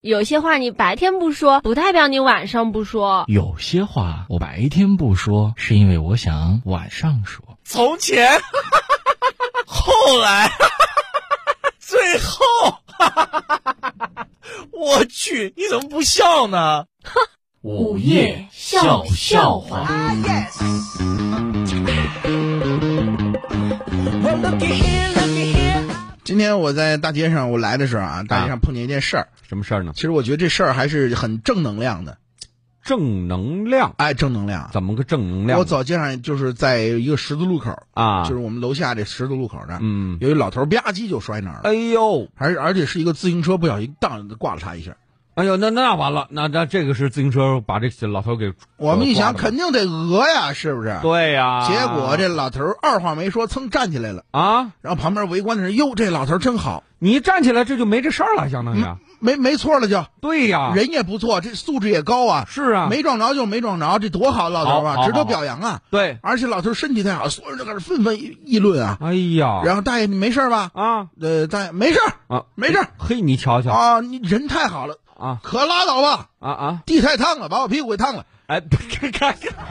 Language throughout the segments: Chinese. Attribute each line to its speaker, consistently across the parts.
Speaker 1: 有些话你白天不说，不代表你晚上不说。
Speaker 2: 有些话我白天不说，是因为我想晚上说。
Speaker 3: 从前， 后来， 最后， 我去，你怎么不笑呢？
Speaker 2: 午夜笑笑话。
Speaker 4: 今天我在大街上，我来的时候啊，大街上碰见一件事儿。
Speaker 3: 什么事儿呢
Speaker 4: 其？实我觉得这事儿还是很正能量的，
Speaker 3: 正能量，
Speaker 4: 哎，正能量。
Speaker 3: 怎么个正能量？
Speaker 4: 我走街上就是在一个十字路口，
Speaker 3: 啊，
Speaker 4: 就是我们楼下这十字路口那儿，
Speaker 3: 嗯，
Speaker 4: 有一老头儿吧唧就摔那儿了，
Speaker 3: 哎呦，
Speaker 4: 而而且是一个自行车不小心当挂了他一下。
Speaker 3: 哎呦，那那完了，那那这个是自行车把这老头给
Speaker 4: 我们一想，
Speaker 3: 呃
Speaker 4: 肯定得讹呀，是不是？
Speaker 3: 对啊呀、
Speaker 4: 结果这老头儿二话没说，噌站起来了。
Speaker 3: 啊，
Speaker 4: 然后旁边围观的人，哟，这老头儿真好，
Speaker 3: 你一站起来这就没这事儿了，相当于、
Speaker 4: 没没错了就，
Speaker 3: 对呀、
Speaker 4: 嗯人也不错，这素质也高啊，
Speaker 3: 是啊，
Speaker 4: 没撞着就没撞着，这多好，老头儿
Speaker 3: 好好
Speaker 4: 啊，值
Speaker 3: 好
Speaker 4: 得表扬啊！
Speaker 3: 对，
Speaker 4: 而且老头儿身体太好，所有人都开始纷纷议论啊。
Speaker 3: 哎呀，
Speaker 4: 然后大爷，你没事儿吧？
Speaker 3: 啊
Speaker 4: 呃，大爷没事儿
Speaker 3: 啊，
Speaker 4: 没事儿
Speaker 3: 嘿，你瞧瞧
Speaker 4: 啊，你人太好了，
Speaker 3: 啊
Speaker 4: 可拉倒吧，
Speaker 3: 啊啊，
Speaker 4: 地太烫了，把我屁股给烫了。
Speaker 3: 哎， 看看看。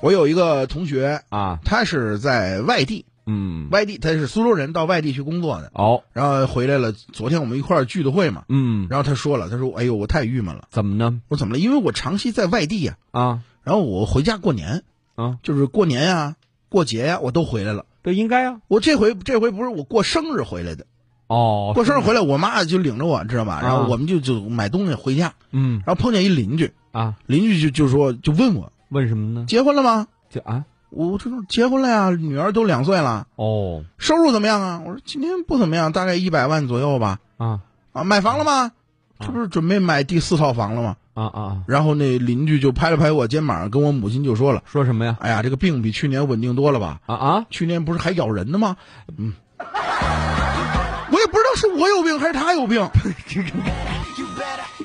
Speaker 4: 我有一个同学，
Speaker 3: 啊，
Speaker 4: 他是在外地，
Speaker 3: 嗯，
Speaker 4: 外地他是苏州人，到外地去工作的，
Speaker 3: 哦，
Speaker 4: 然后回来了。昨天我们一块儿聚的会嘛，
Speaker 3: 嗯，
Speaker 4: 然后他说了，他说：“哎呦，我太郁闷了。
Speaker 3: 怎么呢？”
Speaker 4: 我说：“怎么了？因为我长期在外地呀、
Speaker 3: 啊，
Speaker 4: 然后我回家过年，
Speaker 3: 啊，
Speaker 4: 就是过年呀、过节呀、我都回来了。
Speaker 3: 这应该啊。
Speaker 4: 我这回这回不是我过生日回来的，
Speaker 3: 哦，
Speaker 4: 过生日回啊来，我妈就领着我，知道吧？然后我们就就买东西回家，
Speaker 3: 嗯
Speaker 4: 然后碰见一邻居，
Speaker 3: 啊，
Speaker 4: 邻居就就说就问我
Speaker 3: 问什么呢？
Speaker 4: 结婚了吗？
Speaker 3: 这啊，
Speaker 4: 我我这都结婚了呀，女儿都两岁了，
Speaker 3: 哦，
Speaker 4: 收入怎么样啊？我说今天不怎么样，大概一百万左右吧。
Speaker 3: 啊
Speaker 4: 啊，买房了吗？这不是准备买第四套房了吗？
Speaker 3: 啊啊啊，
Speaker 4: 然后那邻居就拍了拍我肩膀，跟我母亲就说了
Speaker 3: 说什么呀：“？
Speaker 4: 哎呀，这个病比去年稳定多了吧？
Speaker 3: 啊啊，
Speaker 4: 去年不是还咬人呢吗？”嗯，我也不知道是我有病还是他有 病。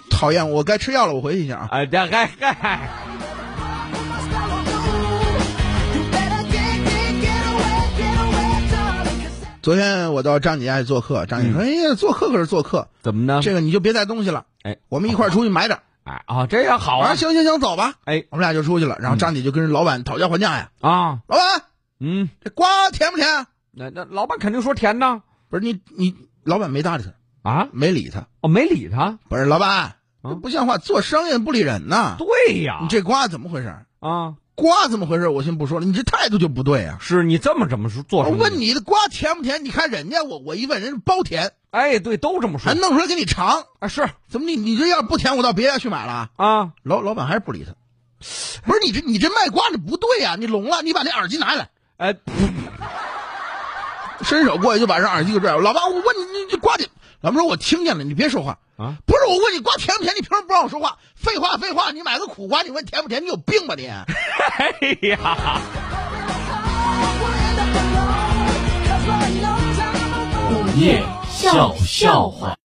Speaker 4: 讨厌，我该吃药了，我回去一下啊。
Speaker 3: 哎，这嗨嗨，
Speaker 4: 昨天我到张姐家去做客，张姐
Speaker 3: 嗯
Speaker 4: 说：“哎呀，做客可是做客，
Speaker 3: 怎么呢？
Speaker 4: 这个你就别带东西了，
Speaker 3: 嗯哎，
Speaker 4: 我们一块儿出去买点儿。”
Speaker 3: 哎啊，这样好
Speaker 4: 我
Speaker 3: 啊
Speaker 4: 说：“行行行，走吧。”
Speaker 3: 哎
Speaker 4: 我们俩就出去了。然后张姐就跟人老板讨价还价呀，
Speaker 3: 啊，
Speaker 4: 老板，
Speaker 3: 嗯，
Speaker 4: 这瓜甜不甜啊？
Speaker 3: 那那老板肯定说甜呢。
Speaker 4: 不是你你老板没搭理他，
Speaker 3: 啊，
Speaker 4: 没理他。
Speaker 3: 我没理他。
Speaker 4: 不是老板，
Speaker 3: 啊
Speaker 4: 不像话，做生意不理人呐。
Speaker 3: 对啊呀
Speaker 4: 你，这瓜怎么回事？
Speaker 3: 啊，
Speaker 4: 瓜怎么回事？我先不说了，你这态度就不对呀、
Speaker 3: 是你这么怎么说做
Speaker 4: 我
Speaker 3: 什么？
Speaker 4: 问，你的瓜甜不甜？你看人家我我一问人家包甜，
Speaker 3: 哎，对，都这么说
Speaker 4: 还弄出来给你尝，
Speaker 3: 啊，是
Speaker 4: 怎么你你这要不甜，我到别家去买了。
Speaker 3: 啊，
Speaker 4: 老老板还是不理他，不是你这你这卖瓜这不对呀、你聋了？你把那耳机拿下来，
Speaker 3: 哎，
Speaker 4: 伸手过去就把人耳机给拽了。老板，我问你，你这瓜甜？老板说我听见了，你别说话
Speaker 3: 啊！
Speaker 4: 不是我问你瓜甜不甜，你凭什么不让我说话？废话废话，你买个苦瓜，你问甜不甜？你有病吧你？
Speaker 3: 哎呀。
Speaker 5: Cause we're no time
Speaker 2: 午
Speaker 5: away.
Speaker 2: 夜笑笑话。